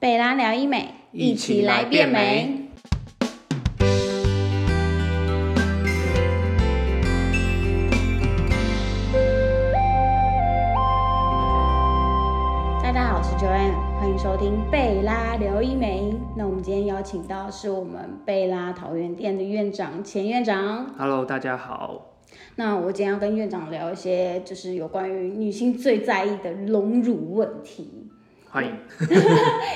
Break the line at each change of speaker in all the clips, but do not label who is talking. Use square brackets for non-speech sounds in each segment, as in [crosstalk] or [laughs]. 贝拉聊医美，一起来变美。大家好，我是 Joanne，欢迎收听贝拉聊医美。那我们今天邀请到是我们贝拉桃园店的院长钱院长。
Hello，大家好。
那我今天要跟院长聊一些，就是有关于女性最在意的隆乳问题。
欢迎。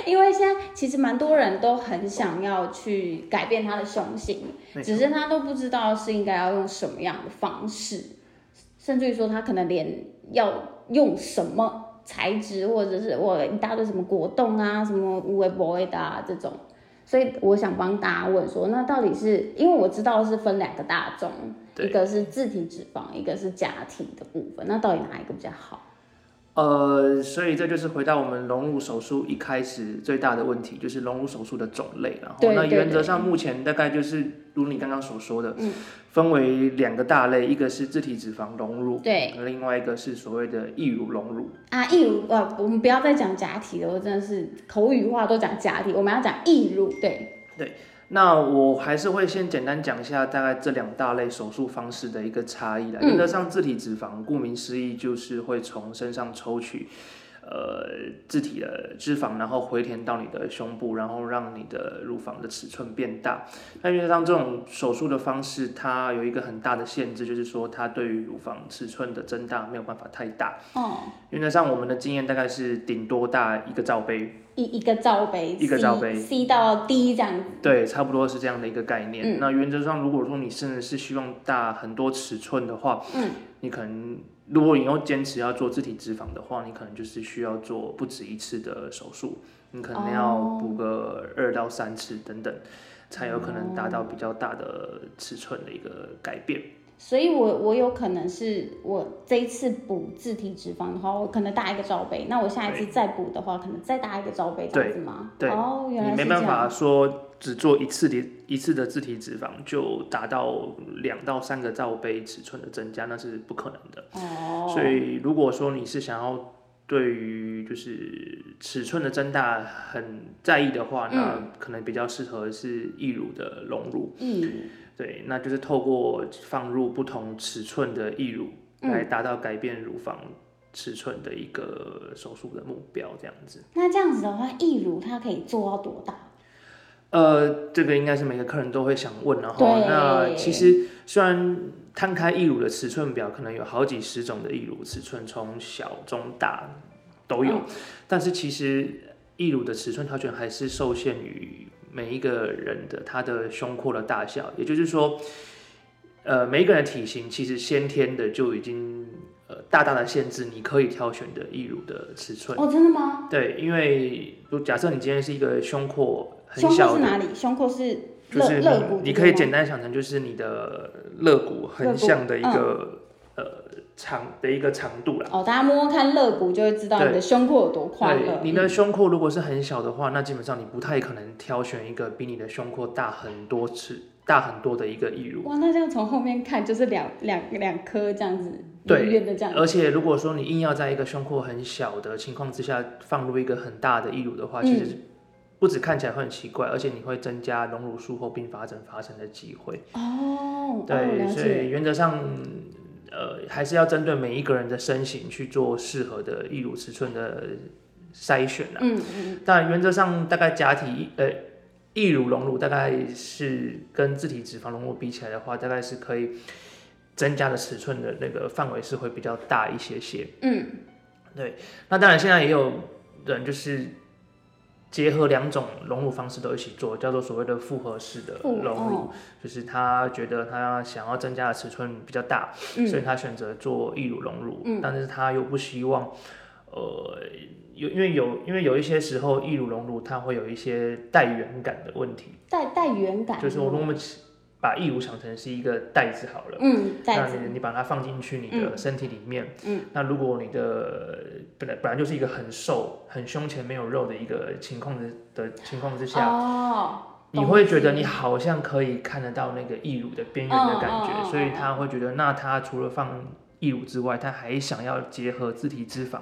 因为现在其实蛮多人都很想要去改变他的胸型，
没
只是他都不知道是应该要用什么样的方式，甚至于说他可能连要用什么材质，或者是我一大堆什么果冻啊、什么无为不为的啊这种。所以我想帮大家问说，那到底是因为我知道是分两个大宗，
对
一个是自体脂肪，一个是假体的部分，那到底哪一个比较好？
呃，所以这就是回到我们隆乳手术一开始最大的问题，就是隆乳手术的种类。然后，
对
那
对
原则
对嗯
上目前大概就是如你刚刚所说的，分为两个大类，一个是自体脂肪隆乳，
对
另外一个是所谓的义乳隆乳。
啊，义乳呃，我们不要再讲假体了，我真的是口语化都讲假体，我们要讲义乳，对，
那我还是会先简单讲一下大概这两大类手术方式的一个差异啦。原则上，自体脂肪顾名思义就是会从身上抽取，呃，自体的脂肪，然后回填到你的胸部，然后让你的乳房的尺寸变大。那原则上，这种手术的方式它有一个很大的限制，就是说它对于乳房尺寸的增大没有办法太大。
哦，
原则上，我们的经验大概是顶多大一个罩杯，
一一个罩杯，
一个罩杯
c, C 到 D 这样子，
对，差不多是这样的一个概
嗯
念。那原则上，如果说你真的是希望大很多尺寸的话，
嗯，
你可能如果你要坚持要做自体脂肪的话，你可能就是需要做不止一次的手术，你可能要
哦
补个二到三次等等，才有可能达
哦
到比较大的尺寸的一个改变。
所以我我有可能是我这一次补自体脂肪的话，我可能搭一个罩杯，那我下一次再补的话，可能再搭一个罩杯这样子吗？
对
哦，原来
你
是
没
这
办
样，
法说只做一次的一次的自体脂肪就达到两到三个罩杯尺寸的增加，那是不可能的。
哦，
所以如果说你是想要对于就是尺寸的增大很在意的话，那可能比较适合是义乳的隆乳，
义乳，
对，那就是透过放入不同尺寸的义乳
嗯
来达到改变乳房尺寸的一个手术的目标，这样子。
那这样子的话，义乳它可以做到多大？
呃，这个应该是每个客人都会想问，然后
对
那其实虽然摊开义乳的尺寸表，可能有好几十种的义乳尺寸，从小中大都
嗯
有，但是其实义乳的尺寸挑选还是受限于每一个人的他的胸廓的大小，也就是说，呃，每一个人的体型其实先天的就已经呃大大的限制你可以挑选的义乳的尺寸。
哦，真的吗？
对，因为如假设你今天是一个胸廓很
胸廓
小
是
的。
哪里？胸廓是
就
肋
是
肋骨这边吗，
你可以简单想成就是你的肋骨横向的一个、
嗯
呃长的一个长度啦。
哦，大家摸摸看肋骨就会知道你的胸廓有多宽
对
了，。
你的胸廓如果是很小的话，那基本上你不太可能挑选一个比你的胸廓大很多尺、大很多的一个义乳。
哇，那这样从后面看就是两两两颗这样子，
对呃
远远的这样。
而且如果说你硬要在一个胸廓很小的情况之下放入一个很大的义乳的话，
嗯
其实不止看起来会很奇怪，而且你会增加隆乳术后并发症发生的机会。
哦，哦，
对，
了
所
解。
以原则上，呃，还是要针对每一个人的身形去做适合的义乳尺寸的筛选啦。
嗯嗯，
但原则上，大概假体呃义乳隆乳大概是跟自体脂肪隆乳比起来的话，大概是可以增加的尺寸的那个范围是会比较大一些些。
嗯，
对。那当然，现在也有人就是。结合两种隆乳方式都一起做，叫做所谓的复合式的
不
隆乳。
哦，
就是他觉得他想要增加的尺寸比较大，所
嗯
以他选择做义乳隆乳，
嗯
但是他又不希望，呃，有因为有因为有一些时候义乳隆乳它会有一些带圆感的问题，
带带圆感。
就是我如果我们把义乳想成是一个袋子好了。
嗯，带
那
子
你你把它放进去你的身体里面，
嗯
那如果你的本来本来就是一个很瘦、很胸前没有肉的一个情况的的情况之下，
哦，
你会觉得你好像可以看得到那个义乳的边缘的感
嗯嗯
觉，
嗯嗯
所以他会觉得，那他除了放义乳之外，他还想要结合自体脂肪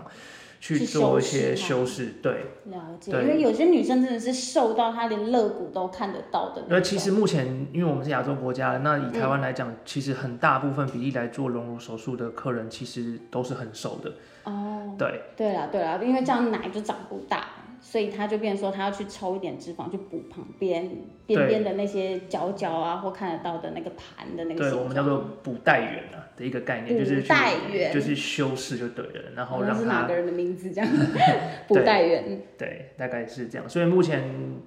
去
去
做
修
一些
饰吗
修饰，对。
了解，
对
因为有些女生真的是瘦到她连肋骨都看得到的那
那
种。
其实目前，因为我们是亚洲国家，那以
嗯
台湾来讲，其实很大部分比例来做隆乳手术的客人，其实都是很瘦的。
哦，
对，
对了对了，因为这样奶就长不大，所以她就变成说她要去抽一点脂肪去补旁边边
对
边的那些角角啊，或看得到的那个盘的那个形
对
状。
我们叫做补带圆啊的一个概念，就是
补
去
带圆
就是修饰就对了，然后
好像
让
是哪
它
个人的名字这样？补
对
带员
对，大概是这样。所以目前。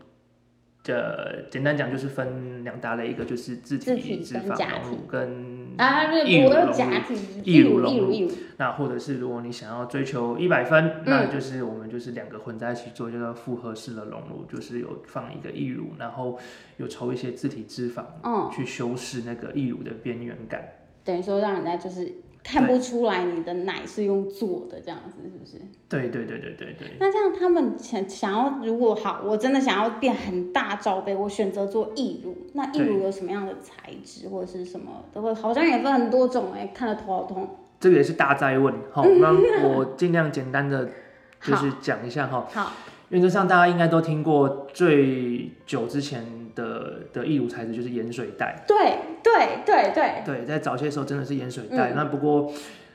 呃，简单讲就是分两大类，一个就是自
自体
体脂
跟
肪
假
隆乳跟
啊，
义
对，
乳
我都
隆
假
乳
体，
义
义
乳隆
乳
乳
义乳，
那或者是如果你想要追求一百分
嗯，
那就是我们就是两个混在一起做，叫做复合式的隆乳，就是有放一个义乳，然后有抽一些自体脂肪
嗯，
去修饰那个义乳的边缘感。
等于说让人家就是看不出来你的奶是用做的这样子，是不是？
对对对对对对，
那这样他们想想要，如果好，我真的想要变很大罩杯，我选择做义乳。那义乳有什么样的材质或者是什么？我好像也分很多种哎、看得头好痛。
这个也是大灾问哈。那我尽量简单的
好
就是讲一下哈。
好，
原则上大家应该都听过，最久之前的的义乳材质就是盐水袋。
对对对对，
对，在早些时候真的是盐水
嗯
袋，那不过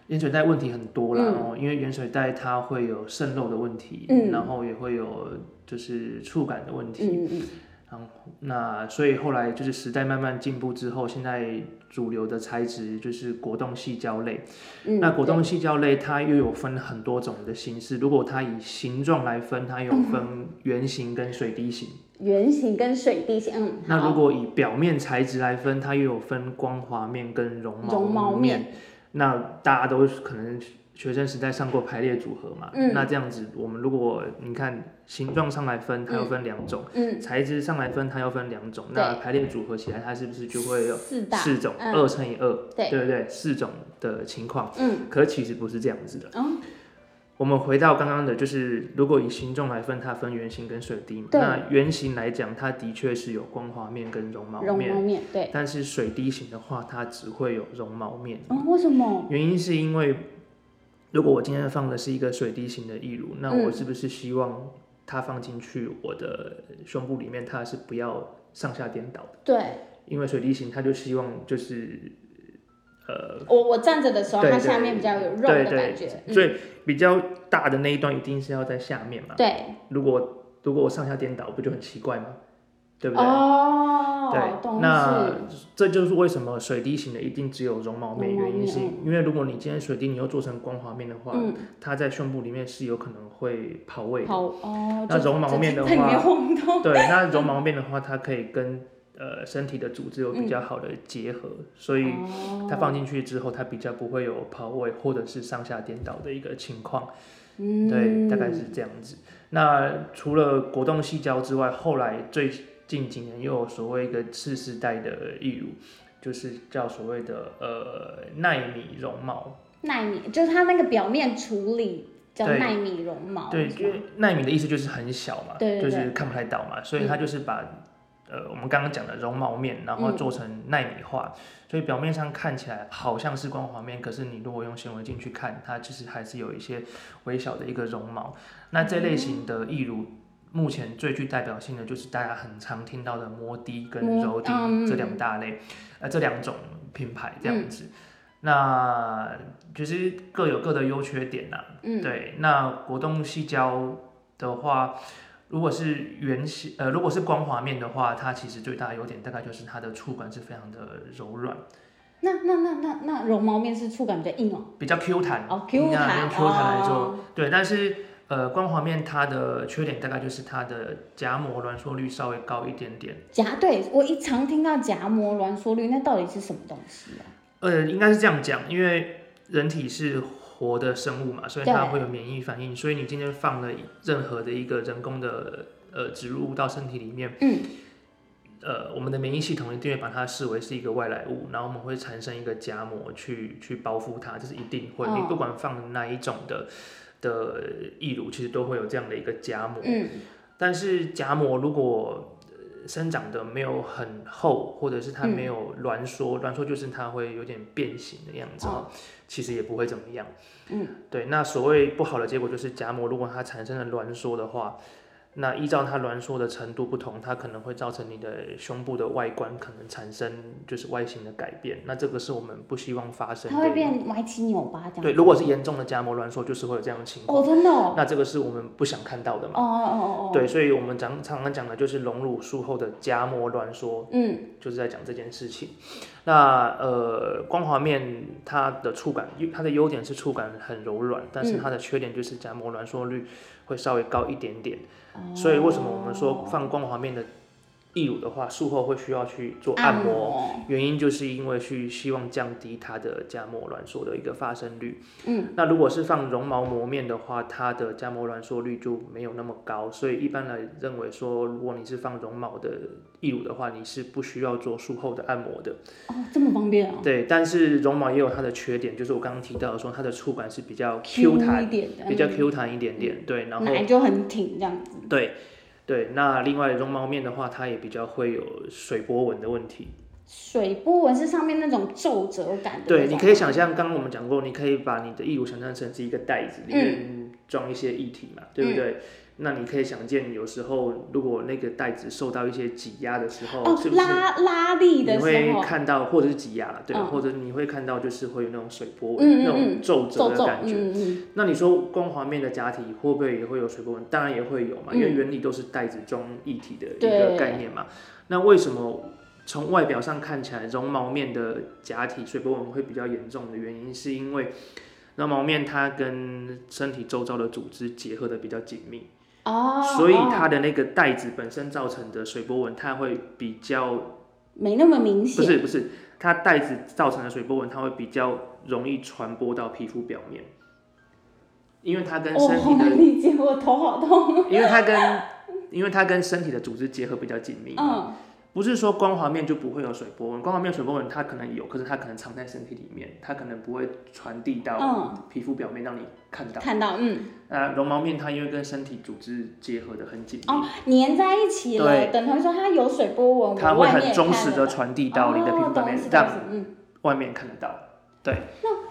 盐水袋问题很多啦哦，因为盐水袋它会有渗漏的问题，
嗯
然后也会有就是触感的问题，
嗯嗯嗯，
然后那所以后来就是时代慢慢进步之后，现在主流的材质就是果冻细胶类。
嗯
那果冻细胶类它又有分很多种的形式，如果它以形状来分，它有分圆形跟水滴形。
圆形跟水滴形，嗯，
那如
好，
果以表面材质来分，它又有分光滑面跟绒毛
绒毛面
面。那大家都可能学生时代上过排列组合嘛，
嗯
那这样子，我们如果你看形状上来分，它要分两种；
嗯，
材质上来分，它要分两种。
对
那排列组合起来，它是不是就会有
四大，
四种？
嗯
二乘以二，
对，
对不对？四种的情况。
嗯，
可其实不是这样子的。
哦，
我们回到刚刚的，就是如果以形状来分，它分圆形跟水滴嘛。
对
那圆形来讲，它的确是有光滑面跟绒毛
绒
面，
毛面，对，
但是水滴形的话，它只会有绒毛面。
哦，为什么？
原因是因为，如果我今天放的是一个水滴形的义乳，那
嗯
我是不是希望它放进去我的胸部里面，它是不要上下颠倒的？
对
因为水滴形，它就希望就是，呃，
我我站着的时候，
对
它
对
下面比较有肉
对
的
对
感觉，嗯
所以比较大的那一段一定是要在下面嘛。
对，
如果如果我上下颠倒，不就很奇怪吗？对不对？
哦，
对
懂，
那
事
这就是为什么水滴型的一定只有绒毛面，
绒毛面
原因是
嗯
因为如果你今天水滴你又做成光滑面的话，
嗯
它在胸部里面是有可能会跑位的。
好哦，
那
就
绒毛面的
就在里面
话
晃动，
对，那绒毛面的话，它可以跟呃身体的组织有比较好的结合，所以
嗯哦
它放进去之后，它比较不会有跑位或者是上下颠倒的一个情况。
嗯，
对，大概是这样子。那除了果冻细胶之外，后来最近几年又有所谓一个次世代的义乳，就是叫所谓的呃纳米绒毛。
纳米，就是它那个表面处理叫
对
纳米绒毛，
对，
是
因
吗
为纳米的意思就是很小嘛，
对对嗯
就是看不太到嘛，所以它就是把、呃我们刚刚讲的绒毛面，然后做成纳米化，所以表面上看起来好像是光滑面，可是你如果用显微镜去看，它其实还是有一些微小的一个绒毛。那这类型的义乳。目前最具代表性的就是大家很常听到的摩的跟
摩
柔的
嗯
这两大类，呃，这两种品牌这样子。那其实各有各的优缺点啊呐、
嗯，
对，那果冻细胶的话，如果是圆形，呃，如果是光滑面的话，它其实最大的优点大概就是它的触感是非常的柔软，
那那那那那绒毛面是触感比较硬哦，
比较 Q 弹。
哦 Q
那
弹
用 Q 弹来做，
哦
对，但是呃，光滑面它的缺点大概就是它的夹膜挛缩率稍微高一点点。
夹对我一常听到夹膜挛缩率，那到底是什么东西啊？
呃，应该是这样讲，因为人体是活的生物嘛，所以它会有免疫反应，所以你今天放了任何的一个人工的呃植入物到身体里面，
嗯，
呃，我们的免疫系统一定会把它视为是一个外来物，然后我们会产生一个夹膜去去包覆它，这是一定会，你
哦
不管放哪一种的的义乳，其实都会有这样的一个夹膜，
嗯，
但是夹膜如果呃生长的没有很厚，或者是它没有挛缩，挛、缩就是它会有点变形的样子哦，其实也不会怎么样。
嗯，
对。那所谓不好的结果就是夹膜，如果它产生了挛缩的话，那依照它挛缩的程度不同，它可能会造成你的胸部的外观可能产生就是外形的改变。那这个是我们不希望发生
它会
的。
变歪七扭八这样。
对，如果是严重的夹膜挛缩，就是会有这样的情况。
哦，真的哦，
那这个是我们不想看到的
哦
嘛？
哦哦哦，
对，，所以我们常常常讲的就是隆乳术后的夹膜挛缩，
嗯
就是在讲这件事情。那呃，光滑面它的触感，因为它的优点是触感很柔软，但是它的缺点就是夹膜挛缩率会稍微高一点点。所以为什么我们说放光滑面的义乳的话，术后会需要去做
按
摩
摩，
原因就是因为去希望降低它的夹膜挛缩的一个发生率。
嗯，
那如果是放绒毛膜面的话，它的夹膜挛缩率就没有那么高，所以一般来认为说，如果你是放绒毛的义乳的话，你是不需要做术后的按摩的。
哦，这么方便哦
对，但是绒毛也有它的缺点，就是我刚刚提到说它的触感是比较 Q
，Q
弹，
一点的，嗯
比较 Q 弹一点点。对，然后
奶就很挺这样子。
对对，那另外绒毛面的话，它也比较会有水波纹的问题。
水波纹是上面那种皱褶感的那种，
对，你可以想象，刚刚我们讲过，你可以把你的义乳想象成是一个袋子，里
嗯
面装一些液体嘛，对不对？那你可以想见，有时候如果那个袋子受到一些挤压的时候，
哦
是，不是
拉拉力
你
的时
会
候，
看到，或者是挤压了，对，
嗯
或者你会看到就是会有那种水波
嗯
纹，
嗯
那种
嗯
皱褶
皱
的
皱，
感觉。
嗯嗯
那你说光滑面的假体会不会也会有水波纹？当然也会有嘛，因为原理都是袋子装液体的一个
嗯对
概念嘛。那为什么从外表上看起来绒毛面的假体水波纹会比较严重的原因，是因为绒毛面它跟身体周遭的组织结合的比较紧密，
嗯，哦，
所以
哦
它的那个袋子本身造成的水波纹，它会比较
没那么明
不
显，
是不是，它袋子造成的水波纹，它会比较容易传播到皮肤表面。因为它跟
哦，
身
好
体的
难理解，我头好痛。
[laughs] 因为它跟因为它跟身体的组织结合比较紧密，
嗯，
不是说光滑面就不会有水波纹，光滑面水波纹它可能有，可是它可能藏在身体里面，它可能不会传递到
嗯
皮肤表面让你看到。
看到，嗯，
那绒毛面它因为跟身体组织结合的很紧密，
哦，粘在一起了，
对
等同于说它有水波纹，
它
我
会
外面
很忠
看
实
得
的
到
传递到你的皮肤表面，
哦、懂
让
是懂是嗯，
外面看得到。对，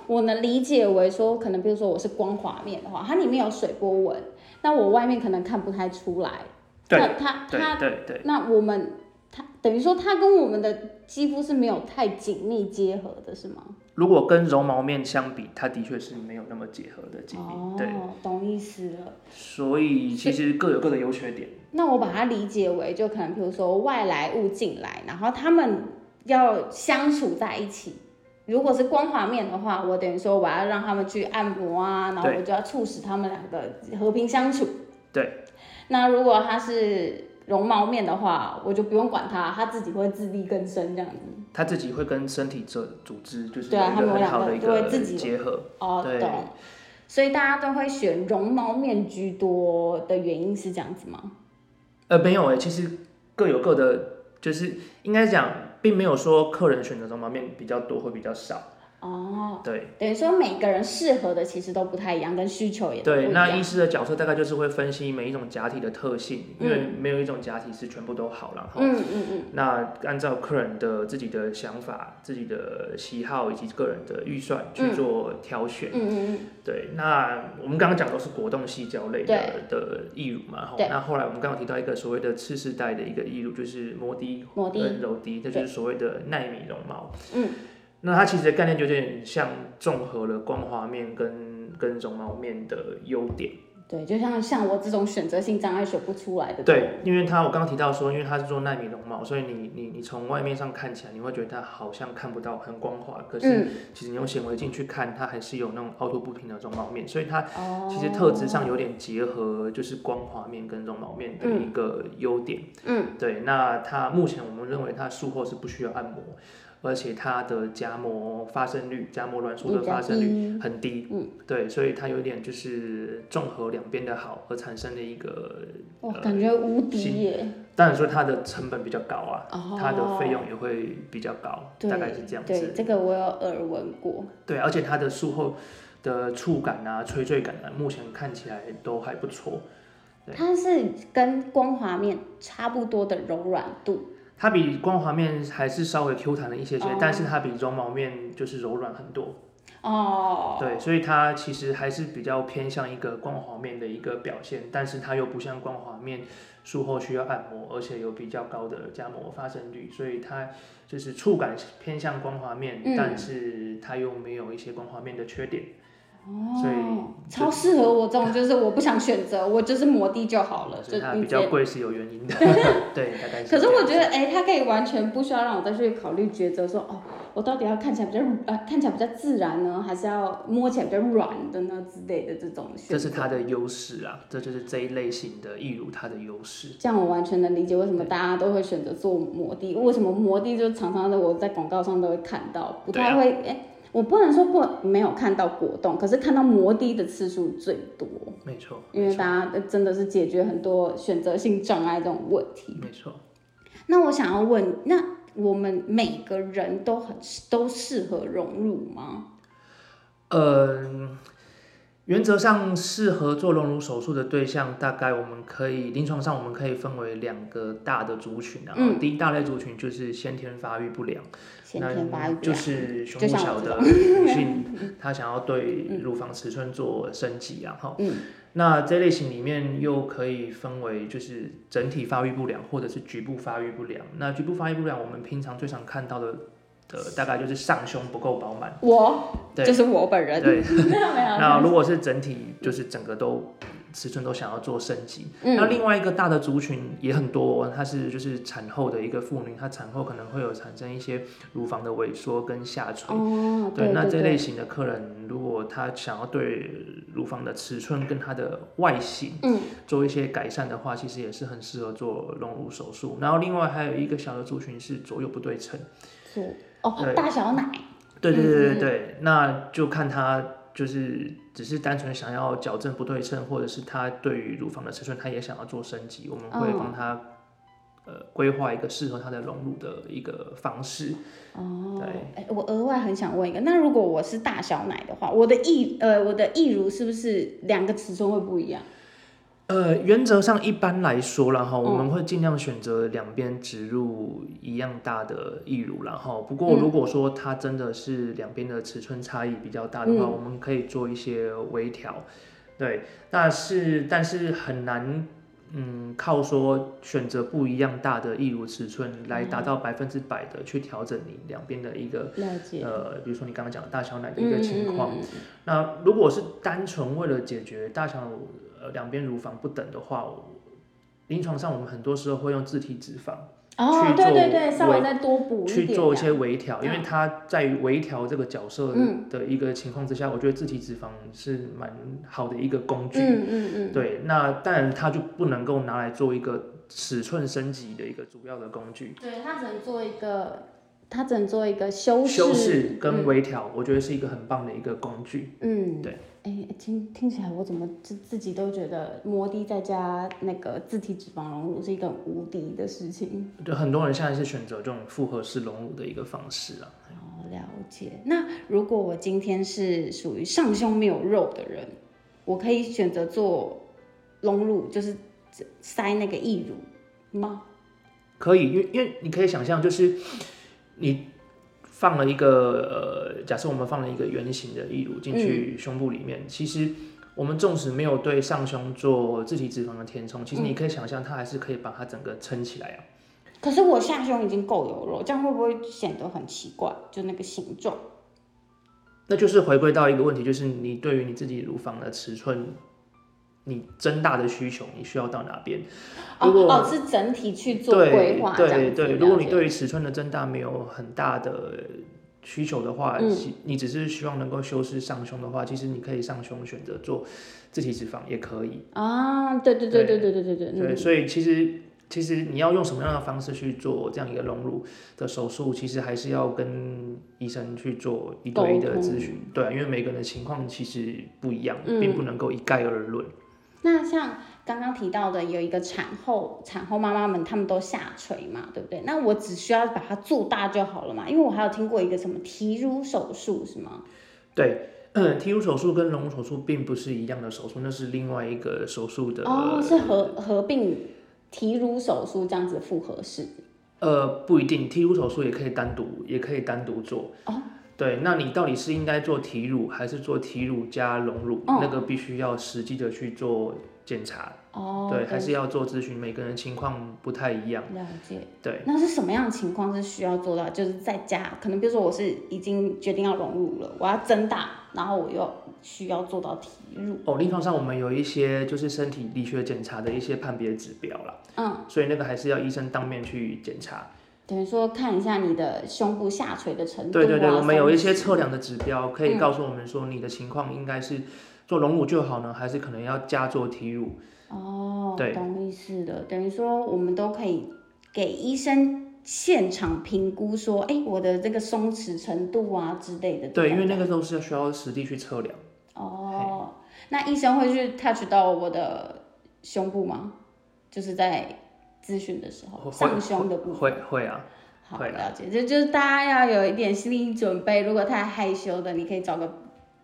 我能理解为说，可能比如说我是光滑面的话，它里面有水波纹，那我外面可能看不太出来。
对，
那它
对
它，
对，对，
那我们它等于说它跟我们的肌肤是没有太紧密结合的，是吗？
如果跟绒毛面相比，它的确是没有那么结合的紧密。对，
哦，懂意思了。
所以其实各有各的优缺点。
那我把它理解为，就可能比如说外来物进来，然后他们要相处在一起。如果是光滑面的话，我等于说我要让他们去按摩啊，然后
对
我就要促使他们两个和平相处。
对。
那如果它是绒毛面的话，我就不用管它，它自己会自力更生这样子。
他自己会跟身体这组织就是
对
有
啊
一
他
个
们
很
两
好
个
的一
就
个
会自己
结合。
哦
对，
懂。所以大家都会选绒毛面居多的原因是这样子吗？
呃，没有哎、其实各有各的，就是应该讲，并没有说客人选择绒毛面比较多或比较少。
哦，
对
等于说每个人适合的其实都不太一样，跟需求也都不
对，
一
那医
样。
师的角色大概就是会分析每一种假体的特性，因为没有一种假体是全部都好了哈。
嗯嗯嗯，
那按照客人的自己的想法、自己的喜好以及个人的预算去做挑选。
嗯嗯嗯，
对，那我们刚刚讲都是果冻细胶类的的义乳嘛，吼
对
那后来我们刚刚有提到一个所谓的次世代的一个义乳，就是摩的
摩的
跟柔的，这
对
就是所谓的纳米绒毛。
嗯，
那它其实的概念就有点像综合了光滑面跟跟绒毛面的优点。
对，就像像我这种选择性障碍选不出来的，，
对，因为它我刚刚提到说，因为它是做纳米绒毛，所以你你你从外面上看起来，你会觉得它好像看不到很光滑，可是
嗯，
其实你用显微镜去看，它还是有那种凹凸不平的绒毛面，所以它
哦，
其实特质上有点结合，就是光滑面跟绒毛面的一个优点。
嗯，
对。那它目前我们认为它术后是不需要按摩，而且它的夹膜发生率、夹膜挛缩的发生率
率，
很低。
嗯，
对，所以它有点就是综合两边的好而产生的一个，
哇，
呃
感觉无敌耶！
当然说它的成本比较高啊，
哦，
它的费用也会比较高，
对
大概是这样
对，
子。
这个我有耳闻过。
对，而且它的术后的触感啊、垂坠感啊，目前看起来都还不错。对
它是跟光滑面差不多的柔软度，
它比光滑面还是稍微 Q 弹了一些些，
哦
但是它比绒毛面就是柔软很多。
哦，
对，所以它其实还是比较偏向一个光滑面的一个表现，但是它又不像光滑面术后需要按摩，而且有比较高的加摩发生率，所以它就是触感偏向光滑面，
嗯
但是它又没有一些光滑面的缺点。所
哦，
以
超适合我这种，就是我不想选择，我就是摩的就好了，
所
就
以它
你
比
直
较
接。
贵是有原
[laughs]
因的， [laughs] 对，大概是这
可
样。
是我觉得，哎、它可以完全不需要让我再去考虑抉择，说哦，我到底要看起来比较呃看起来比较自然呢，还是要摸起来比较软的呢之类的这种选择。
这是它的优势啊，这就是这一类型的义乳它的优势。
这样我完全能理解为什么大家都会选择做摩的，为什么摩的就常常的我在广告上都会看到，不
啊
太会哎、我不能说不没有看到果冻，可是看到摩的的次数最多，
没错，
因
没
为
错，
大家真的是解决很多选择性障碍这种问题。
没错。
那我想要问，那我们每个人都很都适合融入吗？
嗯，原则上适合做隆乳手术的对象，大概我们可以临床上我们可以分为两个大的族群啊。
嗯
第一大类族群就是先天发育不良，
先天发育
那
不
就
良，
是胸
就
部
像
小
我 [laughs] 嗯
的女性，她想要对乳房尺寸做升级啊，哈。
嗯
那这类型里面又可以分为就是整体发育不良或者是局部发育不良。那局部发育不良，我们平常最常看到的的大概就是上胸不够饱满，
我
对
就是我本人，
对，
[laughs] 没有没有，
那如果是整体，就是整个都尺寸都想要做升级。那
嗯
另外一个大的族群也很多哦，它是就是产后的一个妇女，她产后可能会有产生一些乳房的萎缩跟下垂。
哦，
对，
对
那
对
这类型的客人，如果他想要对乳房的尺寸跟它的外形
嗯
做一些改善的话，其实也是很适合做隆乳手术。然后另外还有一个小的族群是左右不对称。
是哦
对，
大小奶。
对
嗯
对对对对，那就看他就是只是单纯想要矫正不对称，或者是他对于乳房的尺寸他也想要做升级，我们会
嗯
帮他、呃规划一个适合他的隆乳的一个方式。
哦
对，
哎、我额外很想问一个，那如果我是大小奶的话，我的溢呃我的溢乳是不是两个尺寸会不一样？
呃，原则上一般来说啦哈，
嗯
我们会尽量选择两边植入一样大的义乳啦哈。不过
嗯
如果说它真的是两边的尺寸差异比较大的话，
嗯
我们可以做一些微调。对，那是但是很难，嗯，靠说选择不一样大的义乳尺寸来达
嗯
到百分之百的去调整你两边的一个
了解，
呃，比如说你刚刚讲的大小奶的一个情况。
嗯嗯嗯
那如果是单纯为了解决大小呃两边乳房不等的话，我临床上我们很多时候会用自体脂肪
嗯哦
去，
对对
做
对，稍微
微
再多补一
去
点，
做一些微调，
嗯
因为它在微调这个角色
嗯
的一个情况之下，我觉得自体脂肪是蛮好的一个工具。
嗯嗯嗯，
对，那当然它就不能够拿来做一个尺寸升级的一个主要的工具。
对，它只能做一个，它只能做一个修饰，
修饰跟微调，我觉得是一个很棒的一个工具。
嗯，
对。
哎，听听起来我怎么自自己都觉得摩的再加那个自体脂肪融入是一个无敌的事情。
就很多人现在是选择这种复合式隆乳的一个方式啊。
哦，了解。那如果我今天是属于上胸没有肉的人，我可以选择做隆乳，就是塞那个义乳吗？
可以，因为因为你可以想象，就是你放了一个呃，假设我们放了一个圆形的义乳进去胸部里面，其实我们纵使没有对上胸做自体脂肪的填充，其实你可以想象它还是可以把它整个撑起来啊。
可是我下胸已经够有肉，这样会不会显得很奇怪？就那个形状，
那就是回归到一个问题，就是你对于你自己乳房的尺寸，你增大的需求，你需要到哪边？
哦
如果
哦，是整体去做规
对
划这
对
样子。
对，如果你
了解
对于尺寸的增大没有很大的需求的话，
嗯
其你只是希望能够修饰上胸的话，其实你可以上胸选择做自体脂肪也可以。
啊，对对对对对对对对，
对，
嗯
所以其实其实你要用什么样的方式去做这样一个隆乳的手术，其实还是要跟医生去做一对一的咨询。对，因为每个人的情况其实不一样，
嗯
并不能够一概而论。
那像刚刚提到的，有一个产后产后妈妈们，她们都下垂嘛，对不对？那我只需要把它做大就好了嘛，因为我还有听过一个什么提乳手术是吗？
对，剔除手术跟隆乳手术并不是一样的手术，那是另外一个手术的。
哦，是合合并提乳手术这样子复合式。
呃，不一定，剔乳手术也可以单独，也可以单独做。
哦。
对，那你到底是应该做体乳，还是做体乳加隆乳？
哦
那个必须要实际的去做检查，
哦，
对，还是要做咨询，每个人情况不太一样。
了解。
对，
那是什么样的情况是需要做到？就是在家，可能比如说我是已经决定要融入了，我要增大，然后我又需要做到体乳。
哦，临床上我们有一些就是身体力学检查的一些判别指标啦，
嗯，
所以那个还是要医生当面去检查。
等于说看一下你的胸部下垂的程度、啊。
对对对，我们有一
松
些
弛
测量的指标可以
嗯
告诉我们说你的情况应该是做隆乳就好呢，还是可能要加做体乳？
哦，
对
懂意思了。等于说我们都可以给医生现场评估，说，哎、我的这个松弛程度啊之类的。
对，因为那
个
个都是需要实地去测量。
哦，那医生会去 touch 到我的胸部吗？就是在咨询的时候，
会
上胸的部分。
会会啊，
好，
会
了解，就就是大家要有一点心理准备，如果太害羞的，你可以找个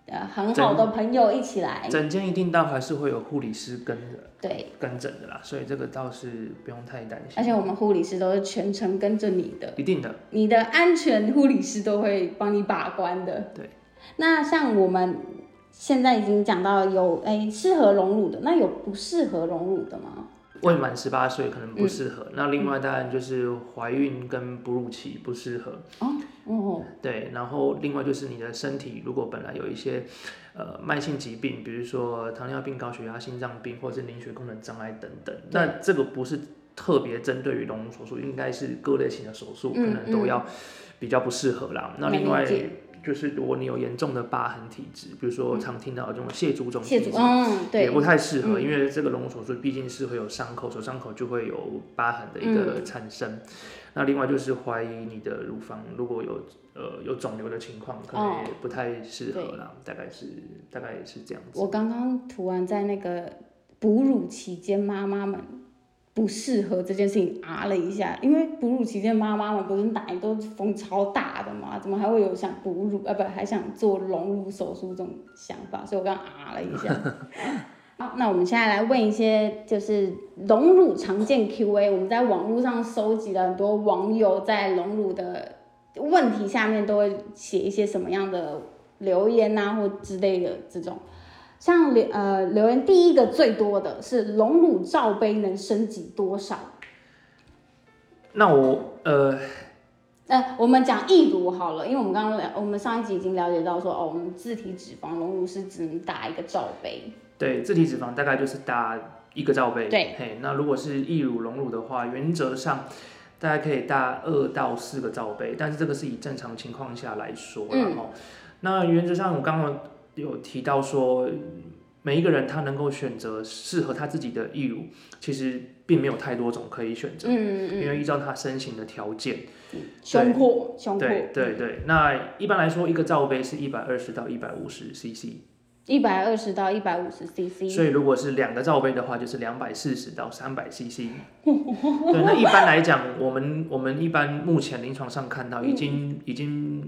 呃很好的朋友一起来。
整间一定到还是会有护理师跟着
对，
跟诊的啦，所以这个倒是不用太担心。
而且我们护理师都是全程跟着你的，
一定的，
你的安全护理师都会帮你把关的。
对，
那像我们现在已经讲到有哎适合隆乳的，那有不适合隆乳的吗？
未满十八岁可能
嗯
不适合。那另外当然就是怀孕跟哺乳期不适合，
哦，
对。然后另外就是你的身体如果本来有一些呃慢性疾病，比如说糖尿病、高血压、心脏病或者是凝血功能障碍等等，那这个不是特别针对于隆乳手术，应该是各类型的手术可
嗯
能都要比较不适合啦。那另外
了解嗯
就是如果你有严重的疤痕体质，比如说常听到的这种蟹足肿体
谢
质
主，，嗯，
也
对，
不太适合，因为这个隆乳手术毕竟是会有伤口，手伤口就会有疤痕的一
嗯
个产生。那另外就是怀疑你的乳房如果有呃有肿瘤的情况，可
哦
能也不太适合啦，大概是大概是这样子。
我刚刚突然在那个哺乳期间，妈妈们不适合这件事情啊了一下，因为哺乳期间妈妈们不是奶都风超大的嘛，怎么还会有想哺乳啊不还想做隆乳手术这种想法？所以我刚刚啊了一下。 [laughs] 好，那我们现在来问一些就是隆乳常见 Q&A，我们在网络上收集了很多网友在隆乳的问题下面都会写一些什么样的留言啊或之类的这种。像留呃留言第一个最多的是隆乳罩杯能升级多少？
那我呃
呃，我们讲易乳好了，因为我们刚刚了，我们上一集已经了解到说，哦，我们自体脂肪隆乳是只能打一个罩杯，
对自体脂肪大概就是搭一个罩杯，
对
嘿，那如果是义乳隆乳的话，原则上。大概可以搭二到四个罩杯，但是这个是以正常情况下来说啦，然
嗯
后、那原则上我刚刚有提到说，每一个人他能够选择适合他自己的义乳，其实并没有太多种可以选择，
嗯嗯
因为依照他身形的条件，
嗯，胸廓胸廓，
对对对。那一般来说，一个罩杯是一百二十到一百五十 CC，
一百二十到一百五十 CC，
所以如果是两个罩杯的话，就是两百四十到三百 CC。对，那一般来讲，我们我们一般目前临床上看到，已经已经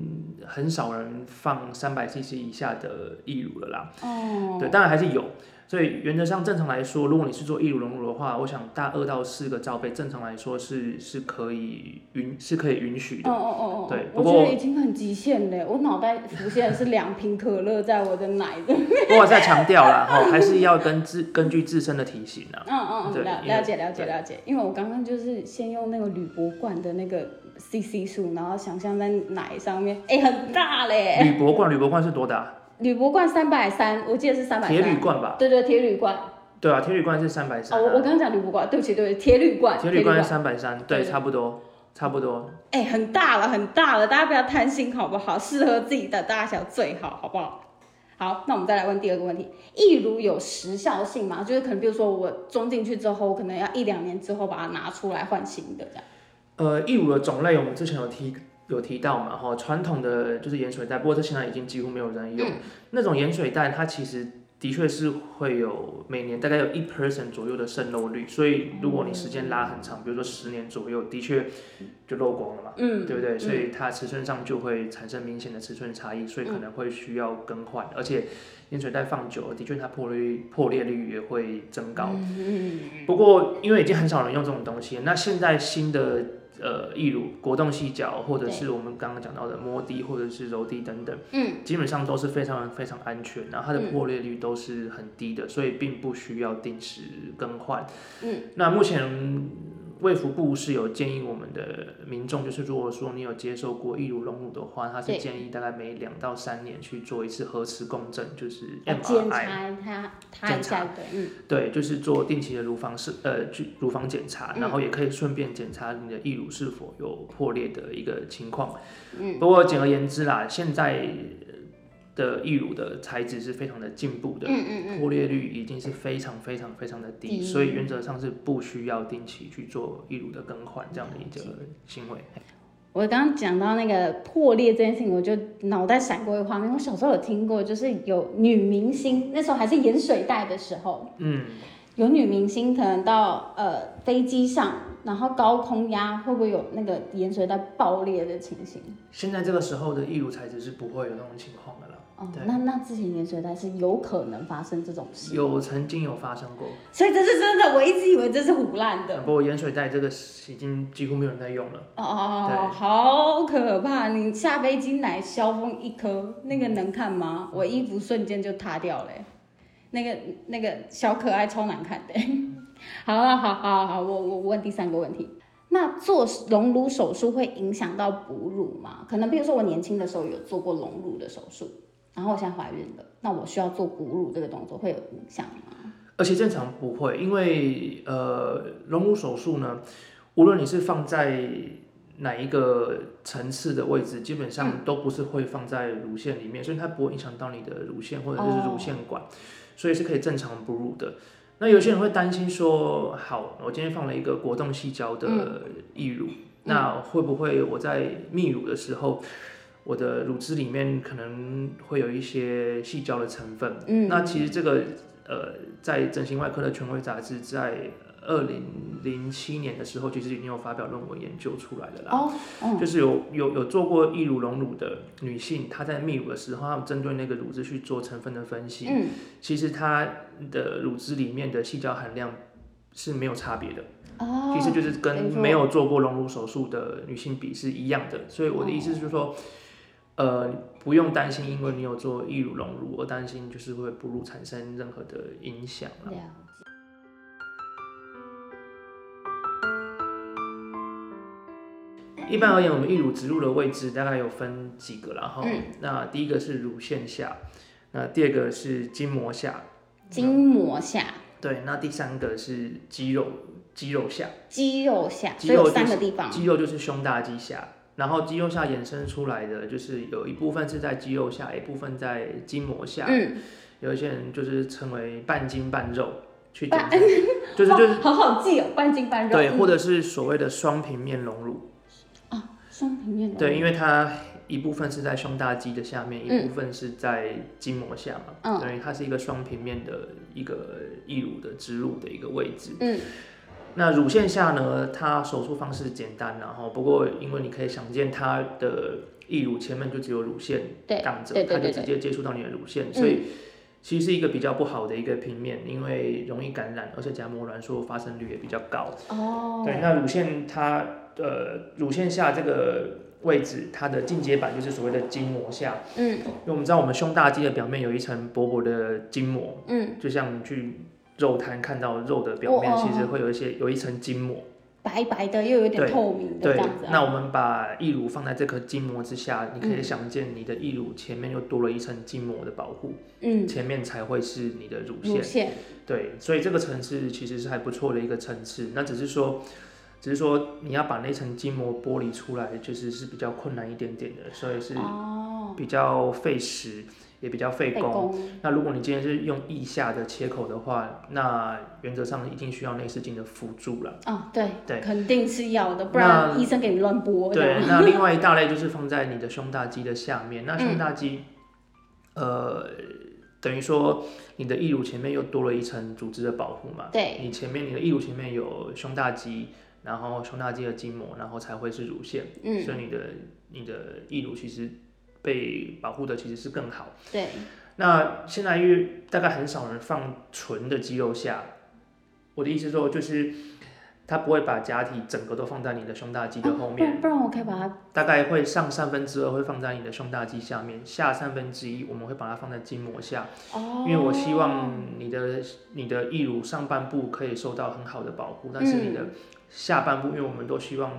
很少人放三百 CC 以下的义乳了啦。
哦，
对，当然还是有。所以原则上正常来说，如果你是做义乳隆乳的话，我想大二到四个罩杯，正常来说是是可以允是可以允
[laughs]
许
哦
的。
哦哦哦，
对不
我觉
过
得已经很极限了，我脑袋浮现的是两瓶可乐在我的奶的，嗯
不过我再强调啦，哈，还是要跟自根据自身的体型
[laughs]
啊。
嗯
对
嗯，了
因为
了解了解
对
了解，因为我刚刚就是先用那个铝箔罐的那个 CC 数，然后想象在奶上面，哎、很大嘞，
铝箔罐，铝箔罐是多大？
铝箔罐三百三，我记得是三百
铁铝
三，
罐吧？
对对，铁铝罐，
对啊，铁铝罐是三百
哦，
三。
我我刚刚讲铝箔罐，对不起对不起，铁铝罐，
铁
铝
铝罐是，三百三，对，
对
差不多，差不多。
哎、很大了很大了，大家不要贪心好不好？适合自己的大小最好，好不好？好，那我们再来问第二个问题，易乳有时效性吗？就是可能比如说我装进去之后，我可能要一两年之后把它拿出来换新的这样。
呃，义乳的种类我们之前有提有提到
嗯
嘛，哈，传统的就是盐水袋，不过这现在已经几乎没有人用。那种盐水袋它其实的确是会有每年大概有一 percent 左右的渗漏率，所以如果你时间拉很长，比如说十年左右，的确就漏光了嘛，
嗯，嗯
对不对？所以它尺寸上就会产生明显的尺寸差异，所以可能会需要更换，而且盐水袋放久了，的确它破裂破裂率也会增高。
嗯
不过因为已经很少人用这种东西，那现在新的呃易乳、果冻细脚，或者是我们刚刚讲到的摸滴或者是柔滴等等，
嗯，
基本上都是非常非常安全，然后它的破裂率都是很低的，所以并不需要定时更换。
嗯，
那目前卫福部是有建议我们的民众，就是如果说你有接受过易乳隆乳的话，它是
对
建议大概每两到三年去做一次核磁共振，就是
要啊检
MRI，
查它它一
检查
下，对，嗯，
对，就是做定期的乳房是呃去乳房检查，
嗯
然后也可以顺便检查你的义乳是否有破裂的一个情况。
嗯，
不过简而言之啦，现在的义乳的材质是非常的进步的，
嗯嗯
破裂率已经是非常非常非常的低，
低
所以原则上是不需要定期去做义乳的更换这样的一
了解
个行为。
我刚刚讲到那个破裂这件事情，我就脑袋闪过一个画面。我小时候有听过，就是有女明星，那时候还是盐水袋的时候，
嗯，
有女明星可能到呃飞机上，然后高空压，会不会有那个盐水袋爆裂的情形？
现在这个时候的义乳材质是不会有那种情况的了。
哦
对，
那那之前盐水袋是有可能发生这种事，
有曾经有发生过，
所以这是真的。我一直以为这是胡乱的。
不过盐水袋这个已经几乎没有人在用了。
哦
对，
好可怕！你下飞机来削风一颗，那个能看吗？我衣服瞬间就塌掉了欸、那个那个小可爱超难看的 [laughs] 欸、好了，好好好，我我问第三个问题。那做隆乳手术会影响到哺乳吗？可能比如说我年轻的时候有做过隆乳的手术，然后我现在怀孕了，那我需要做哺乳这个动作会有影响吗？
而且正常不会，因为呃，隆乳手术呢，无论你是放在哪一个层次的位置，基本上都不是会放在乳腺里面，所以它不会影响到你的乳腺或者是乳腺管，所以是可以正常哺乳的。那有些人会担心说，好，我今天放了一个果冻细胶的义乳，那会不会我在泌乳的时候，我的乳汁里面可能会有一些细胶的成分？
嗯，
那其实这个呃，在整形外科的权威杂志在二零零七年的时候，其实已经有发表论文研究出来了啦。
哦，嗯
就是有有有做过义乳隆乳的女性，她在泌乳的时候，她们针对那个乳汁去做成分的分析，
嗯，
其实她的乳汁里面的细胶含量是没有差别的，
哦，
其实就是跟
没错
没有做过隆乳手术的女性比是一样的。所以我的意思就是说，呃，不用担心，因为你有做义乳隆乳而担心就是会哺乳产生任何的影响
了
啦
解。
一般而言，我们义乳植入的位置大概有分几个啦，然后、
嗯
那第一个是乳腺下，那第二个是筋膜下，
筋膜下。
对，那第三个是肌肉肌肉下，
肌肉下，
肌
所以
肉
有
就
三
是
个地方。
肌肉就是胸大肌下，然后肌肉下衍生出来的就是有一部分是在肌肉下，一部分在筋膜下，
嗯，
有一些人就是称为半筋半肉去简
半
称，就是就是
哦好好记哦，半 [laughs] 斤半肉。
对，
嗯
或者是所谓的双平面隆乳。
啊，双平面的。
对，因为它一部分是在胸大肌的下面，
嗯
一部分是在筋膜下嘛，
嗯
等于它是一个双平面的一个义乳的植入的一个位置。
嗯，
那乳腺下呢，它手术方式简单，然后不过因为你可以想见它的义乳前面就只有乳腺
对
挡着
对，对
它就
对
直
对
接接触到你的乳腺，
嗯
所以。其实是一个比较不好的一个平面，因为容易感染，而且夹膜挛缩发生率也比较高。
哦，
对，那乳腺它呃乳腺下这个位置，它的进阶版就是所谓的筋膜下，
嗯
因为我们知道我们胸大肌的表面有一层薄薄的筋膜，
嗯，
就像你去肉摊看到肉的表面，
哦哦哦
其实会有一些有一层筋膜。
白白的又有点
对
透明的
对
这样子，啊。嗯
那我们把义乳放在这颗筋膜之下，你可以想见你的义乳前面又多了一层筋膜的保护，
嗯，
前面才会是你的乳腺
乳。腺
对，所以这个层次其实是还不错的一个层次。那只是说，只是说你要把那层筋膜剥离出来，就是是比较困难一点点的，所以是
哦，
比较费时，也比较费
背
工。
弓
那如果你今天是用腋下的切口的话，那原则上一定需要内视镜的辅助了。
啊，对
对
肯定是要的，不
那
然医生给你乱拨的。
对，
[laughs]
那另外一
嗯
大类就是放在你的胸大肌的下面。那胸大肌，呃，等于说你的义乳前面又多了一层组织的保护嘛。
对
你前面你的义乳前面有胸大肌，然后胸大肌的筋膜，然后才会是乳腺，
嗯，
所以你的你的义乳其实被保护的其实是更好。
对，
那现在因为大概很少人放纯的肌肉下，我的意思说就是它不会把假体整个都放在你的胸大肌的后
不然
面，
不然我可以把它，
大概会上三分之二会放在你的胸大肌下面，下三分之一我们会把它放在筋膜下，
哦，
因为我希望你的你的义乳上半部可以受到很好的保护，但是你的下半部，因为我们都希望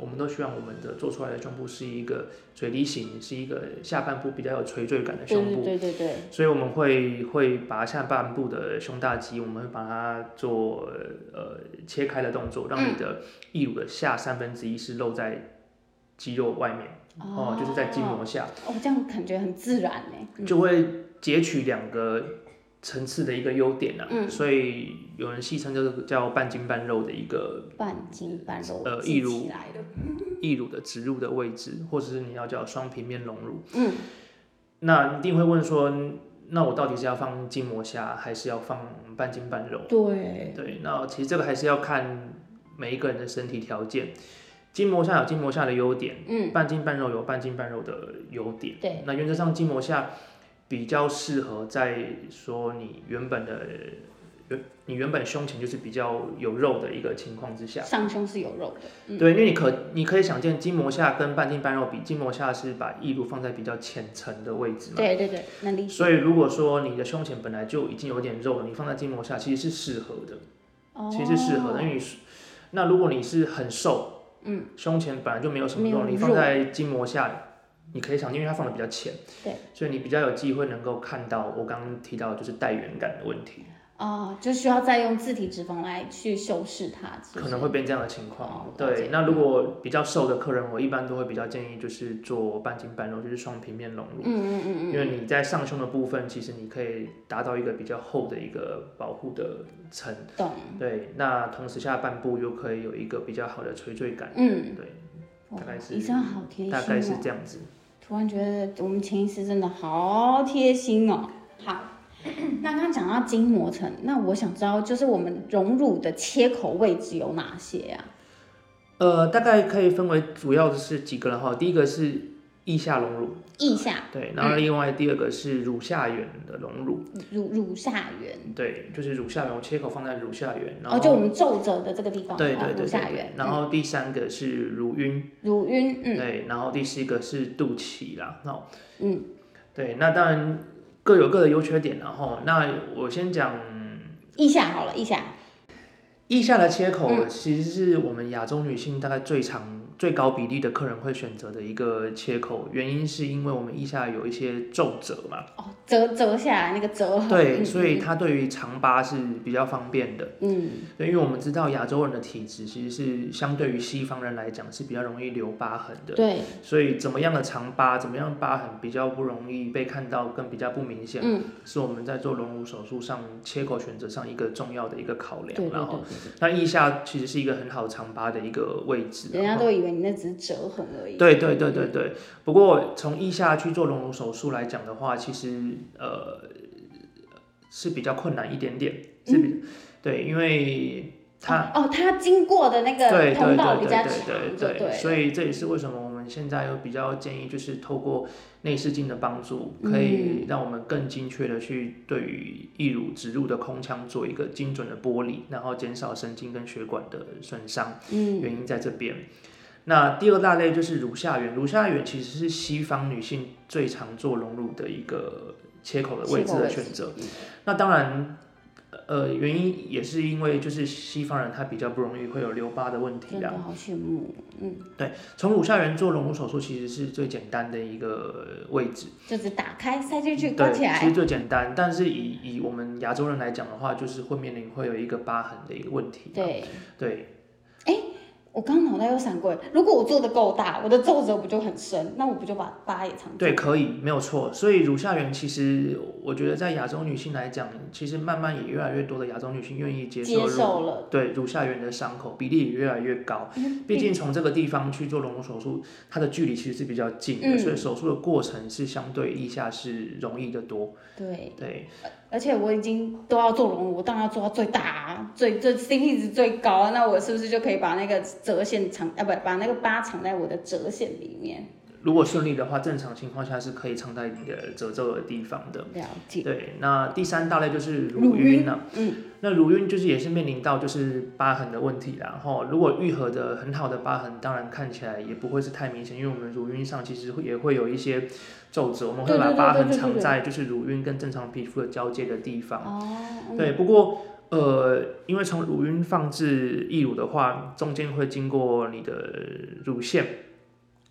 我们都希望我们的做出来的胸部是一个水梨形，是一个下半部比较有垂坠感的
对
胸
对
部。
对对对，
所以我们会会把下半部的胸大肌，我们会把它做呃切开的动作，让你的
嗯
义乳的下三分之一是露在肌肉外面，哦，就是在筋膜下，
哦，这样感觉很自然欸嗯呢。
就会截取两个层次的一个优点啊。所以有人戏称叫做叫半筋半肉的一个
半筋半肉，
呃
自己
一如
来的，
义乳的植入的位置，或者是你要叫双平面隆乳。
嗯，
那一定会问说，那我到底是要放筋膜下，还是要放半筋半肉？
对，
对，那其实这个还是要看每一个人的身体条件。筋膜下有筋膜下的优点，
嗯，
半筋半肉有半筋半肉的优点。
对，
那原则上筋膜下比较适合在说你原本的原你原本胸前就是比较有肉的一个情况之下，
上胸是有肉的，嗯，
对，因为你可你可以想见筋膜下跟半筋半肉比，筋膜下是把义乳放在比较浅层的位置嘛，
对对对，能理解。
所以如果说你的胸前本来就已经有点肉了，你放在筋膜下其实是适合的。
哦
其实是适合的，因为你是那如果你是很瘦，
嗯，
胸前本来就没有什么
没有
肉，你放在筋膜下，你可以想，因为它放的比较浅，
对，
所以你比较有机会能够看到我刚刚提到的就是带圆感的问题，
哦，就需要再用自体脂肪来去修饰它，是不是
可能会变这样的情
哦
况。
了解
对，那如果比较瘦的客人，我一般都会比较建议就是做半筋半肉，就是双平面隆
嗯
乳。
嗯嗯嗯，
因为你在上胸的部分，其实你可以达到一个比较厚的一个保护的层，
懂，
对。那同时下半部又可以有一个比较好的垂坠感，
嗯，
对。
哇
大概是
医生好贴心
大概是
哦，
这样子。
突然觉得我们前医师真的好贴心哦。好，那刚刚讲到筋膜层，那我想知道就是我们荣乳的切口位置有哪些啊？
呃，大概可以分为主要的是几个了哈。第一个是腋下隆乳，
腋下、
对，然后另外第二个是乳下缘的隆乳，
乳乳下缘，
对，就是乳下缘，我切口放在乳下缘，然
哦，
后
就我们皱褶的这个地方，
对
哦
对对
乳
对
下
对
缘，
然后第三个是乳晕，
乳晕，嗯
对，然后第四个是肚脐啦，那
嗯，
对，那当然各有各的优缺点啦，然后那我先讲
腋下好了，腋下，
腋下的切口
嗯
其实是我们亚洲女性大概最常、最高比例的客人会选择的一个切口，原因是因为我们腋下有一些皱褶嘛，
哦，折折下来那个折痕，
对，
嗯
所以它对于长疤是比较方便的。
嗯，
对，因为我们知道亚洲人的体质其实是相对于西方人来讲是比较容易留疤痕的，
对，
所以怎么样的长疤，怎么样的疤痕比较不容易被看到，更比较不明显，
嗯，
是我们在做隆乳手术上切口选择上一个重要的一个考
对
量。
对对
然后
对
那腋下其实是一个很好长疤的一个位置，哦
对，人家都以为你那只是折痕而已，
对对对对对。不过从腋下去做隆乳手术来讲的话，其实呃是比较困难一点点，是比、对，因为它
嗯哦，哦，它经过的那
对
个
对
通
对
道比较长，
对
就
对对，所
以
以这也是为什么我们现在又比较建议，就是透过内视镜的帮助，可以
嗯
让我们更精确的去对于义乳植入的空腔做一个精准的剥离，然后减少神经跟血管的损伤。
嗯
原因在这边。那第二大类就是乳下缘，乳下缘其实是西方女性最常做隆乳的一个切口的位置的选择。，
切口位置
那当然，呃，原因也是因为就是西方人他比较不容易会有留疤的问
真
题
的
啊。
好羡慕，嗯，
从乳下缘做隆乳手术其实是最简单的一个位置，
就是打开塞进去，关
对，
起
其
来
实，最简单。但是以以我们亚洲人来讲的话，就是会面临会有一个疤痕的一个问题。
对，
对，
我刚脑袋又闪过，如果我做的够大，我的皱褶不就很深？那我不就把疤也藏住？
对，可以，没有错。所以乳下缘其实，我觉得在亚洲女性来讲，其实慢慢也越来越多的亚洲女性愿意接受
接
乳
受了，
对乳下缘的伤口比例也越来越高。
嗯
毕竟从这个地方去做隆乳手术，它的距离其实是比较近的，
嗯
所以手术的过程是相对腋下是容易的多。
对，
对，
而且我已经都要做隆乳，我当然要做到最大、啊，最最 CP 值最高、啊，那我是不是就可以把那个折线藏啊，不，把那个疤藏在我的折线里面？
如果顺利的话，正常情况下是可以藏在你的褶皱的地方的。
了解，
对，那第三大类就是
乳
乳晕了、
嗯，
那乳晕就是也是面临到就是疤痕的问题啦，然后如果愈合的很好的疤痕，当然看起来也不会是太明显，因为我们乳晕上其实会也会有一些皱褶，我们会
对对
把
对
疤
对
痕
对对
藏
对
在就是乳晕跟正常皮肤的交界的地方。
哦，嗯
对，不过呃，因为从乳晕放置义乳的话，中间会经过你的乳腺，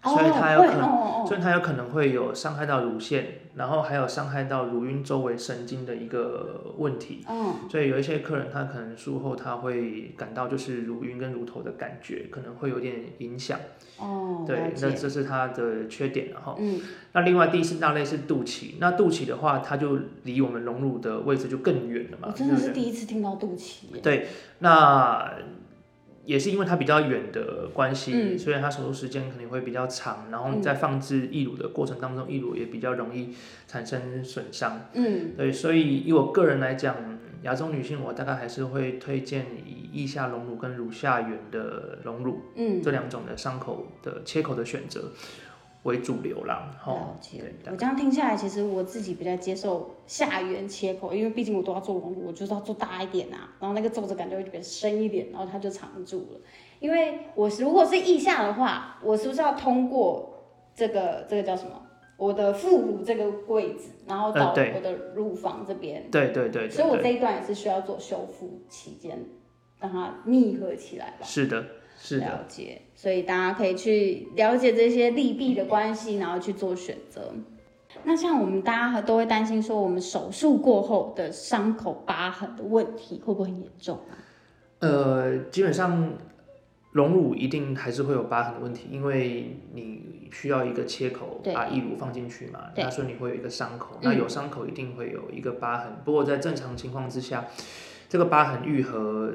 所以它有
哦
可
会
能
哦
所以它有可能会有伤害到乳腺，然后还有伤害到乳晕周围神经的一个问题。
哦，嗯，
所以有一些客人他可能术后他会感到就是乳晕跟乳头的感觉可能会有点影响，
哦，
对
了，
那
解，
这是它的缺点然后。
嗯，
那另外第四大类是肚脐，那肚脐的话，它就离我们隆乳的位置就更远了嘛，
我
对
哦真的
不
是
对？
第一次听到肚脐耶，
那也是因为它比较远的关系，
嗯
所以它手术时间肯定会比较长，然后你在放置义乳的过程当中，义乳也比较容易产生损伤。
嗯，
对，所以以我个人来讲，亚洲女性我大概还是会推荐以腋下隆乳跟乳下缘的隆乳、
嗯，
这两种的伤口的切口的选择为主流啦。
了
哈，
解
对，。
我这样听下来，其实我自己比较接受下缘切口，因为毕竟我都要做隆乳，我就是要做大一点啊，然后那个皱褶感觉会比较深一点，然后它就藏住了。因为我是如果是腋下的话，我是不是要通过这个这个叫什么？我的副乳这个位置，然后到
呃对
我的乳房这边，
对对对
所以我
对
这
对，
一段也是需要做修复期间，让它密合起来吧。
是的，是的，
了解，所以大家可以去了解这些利弊的关系，然后去做选择。那像我们大家都会担心说，我们手术过后的伤口疤痕的问题会不会很严重啊？
呃，基本上隆乳一定还是会有疤痕的问题，因为你需要一个切口
对
把义乳放进去嘛，
对
那所以你会有一个伤口
嗯，
那有伤口一定会有一个疤痕。不过在正常情况之下，这个疤痕愈合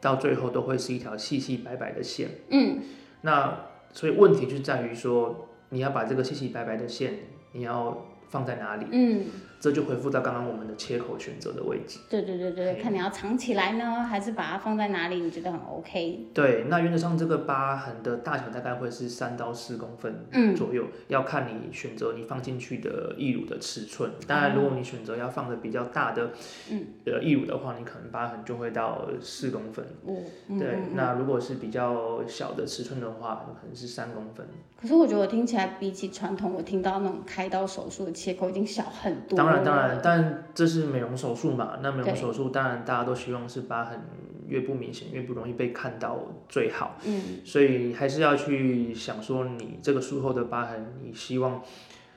到最后都会是一条细细白白的线。
嗯，
那所以问题就在于说，你要把这个细细白白的线，你要放在哪里？
嗯，
这就回复到刚刚我们的切口选择的位置。
对对对对，看你要藏起来呢，还是把它放在哪里？你觉得很 OK？
对，那原则上这个疤痕的大小大概会是三到四公分
嗯
左右，要看你选择你放进去的义乳的尺寸。当然，如果你选择要放的比较大的，
嗯，
呃，义乳的话，你可能疤痕就会到四公分。
我嗯
对
嗯，嗯
那如果是比较小的尺寸的话，可能是三公分。
可是我觉得我听起来比起传统，我听到那种开刀手术的切口已经小很多了。
当然，当然，，但这是美容手术嘛，那美容
对
手术当然大家都希望是疤痕越不明显、越不容易被看到最好。
嗯，
所以还是要去想说，你这个术后的疤痕，你希望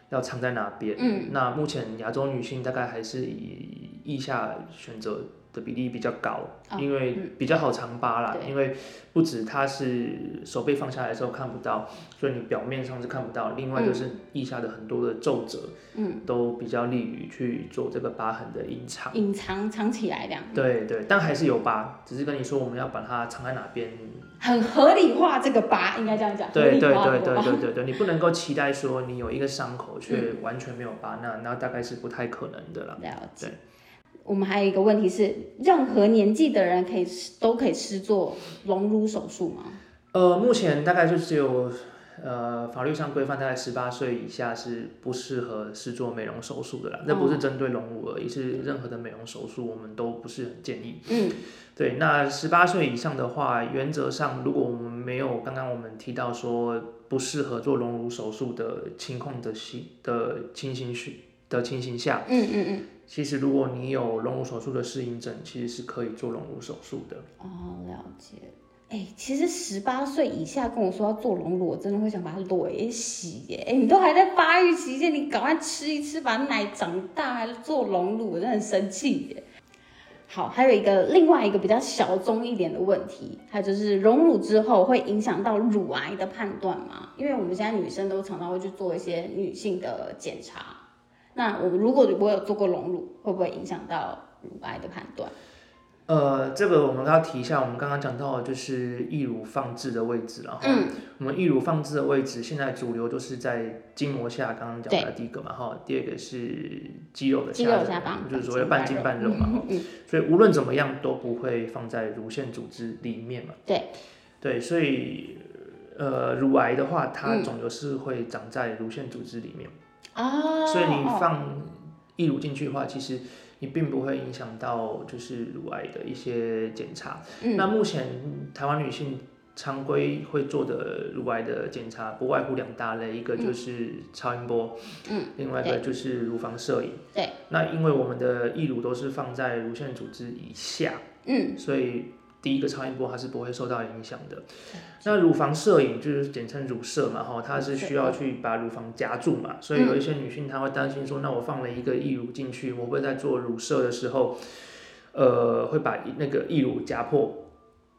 要藏在哪边？
嗯，
那目前亚洲女性大概还是以腋下选择的比例比较高，
哦
因为
嗯
比较好藏疤啦。
对
因为不止它是手背放下来的时候看不到，所以你表面上是看不到，另外就是腋下的很多的皱褶，
嗯，
都比较利于去做这个疤痕的隐藏。
隐藏藏起来这样，
对对，但还是有疤，只是跟你说我们要把它藏在哪边，
很合理化这个疤，应该这样讲，合
对
理
对
化
对
这个疤
对对对对，你不能够期待说你有一个伤口却完全没有疤，那那大概是不太可能的啦。
了解
对。
我们还有一个问题是，任何年纪的人可以都可以施做隆乳手术吗？
呃，目前大概就只有呃法律上规范大概十八岁以下是不适合是做美容手术的啦，那不是针对隆乳而已，是任何的美容手术我们都不是很建议。
嗯，
对，那十八岁以上的话，原则上如果我们没有刚刚我们提到说不适合做隆乳手术的情况的情的情形需的情形下，
嗯嗯
其实如果你有隆乳手术的适应症，其实是可以做隆乳手术的。
嗯，哦，了解。哎、其实十八岁以下跟我说要做隆乳，我真的会想把它雷洗耶！哎、你都还在发育期间，你赶快吃一吃，把奶长大，还做隆乳，我真的很生气耶。好，还有一个另外一个比较小众一点的问题，它就是溶乳之后会影响到乳癌的判断吗？因为我们现在女生都常常会去做一些女性的检查，那我如果我有做过溶乳，会不会影响到乳癌的判断？
呃，这个我们要提一下，我们刚刚讲到的就是义乳放置的位置了哈。
嗯，
我们义乳放置的位置，现在主流都是在筋膜下，刚刚讲的第一个嘛哈，第二个是肌肉的
肌
下
肉
层
下
嘛
方
就是所谓半筋半肉嘛哈。
嗯嗯，
所以无论怎么样都不会放在乳腺组织里面嘛。
对，
对，所以呃，乳癌的话，它
嗯
肿瘤是会长在乳腺组织里面，
哦，
所以你
哦
放义乳进去的话，其实你并不会影响到就是乳癌的一些检查。
嗯
那目前台湾女性常规会做的乳癌的检查，不外乎两大类，一个就是超音波，
嗯，
另外一个就是乳房摄影。
对，
那因为我们的义乳都是放在乳腺组织以下，
嗯，
所以第一个超音波它是不会受到影响的。那乳房摄影就是简称乳摄嘛，哈，它是需要去把乳房夹住嘛，所以有一些女性她会担心说，那我放了一个义乳进去，我会在做乳摄的时候，呃，会把那个义乳夹破，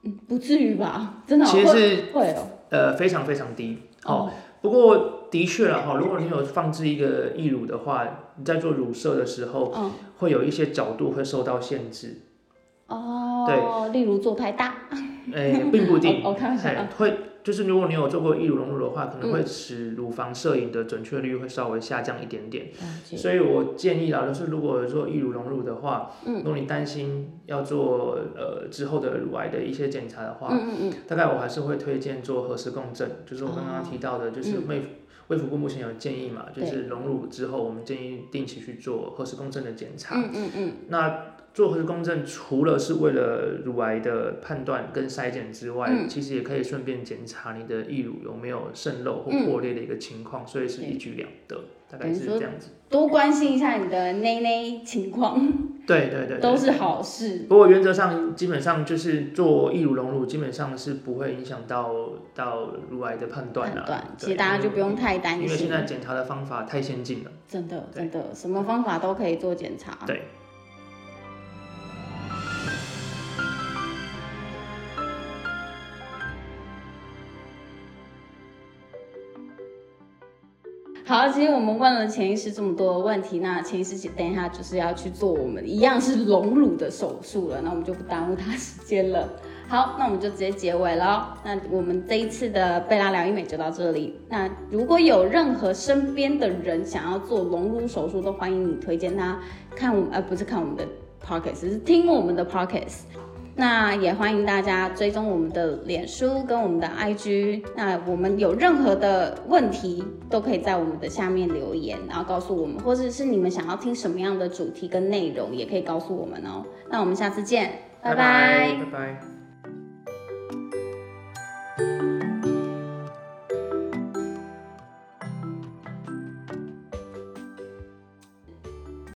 嗯不至于吧？真的哦、
其实是
会会哦，
呃，非常非常低。哦，不过的确了哈，如果你有放置一个义乳的话，你在做乳摄的时候，
嗯
会有一些角度会受到限制，
哦，例如做太大，
哎、并不一定。
哦，我开玩笑
哎
啊，
会就是如果你有做过义乳隆乳的话，可能会
嗯
使乳房摄影的准确率会稍微下降一点点。
了解
所以我建议啦，就是如果做义乳隆乳的话，
嗯
如果你担心要做呃之后的乳癌的一些检查的话，
嗯嗯嗯，
大概我还是会推荐做核磁共振，就是我刚刚提到的，就是卫福卫福部目前有建议嘛，就
哦嗯对
是隆乳之后，我们建议定期去做核磁共振的检查。
嗯嗯嗯，
那做核磁共振除了是为了乳癌的判断跟筛检之外，
嗯
其实也可以顺便检查你的义乳有没有渗漏或
嗯
破裂的一个情况，所以是一举两得，大概是这样子。
多关心一下你的内内情况，
对对对对
都是好事。
不过原则上，基本上就是做义乳隆乳，基本上是不会影响到到乳癌的判断
判
的、
断，
对
其实大家就不用太
因
担
为现
心，
在检查的方法太先进了。
真的
对
真的，什么方法都可以做检查。
对。
好，其实我们问了潜意识这么多的问题，那潜意识等一下就是要去做我们一样是隆乳的手术了，那我们就不耽误他时间了。好，那我们就直接结尾喽。那我们这一次的贝拉疗医美就到这里。那如果有任何身边的人想要做隆乳手术，都欢迎你推荐他看我们，呃，不是看我们的 podcast，是听我们的 podcast。那也欢迎大家追踪我们的脸书跟我们的 IG。那我们有任何的问题，都可以在我们的下面留言，然后告诉我们，或者是你们想要听什么样的主题跟内容，也可以告诉我们哦。那我们下次见，拜拜
拜拜。拜拜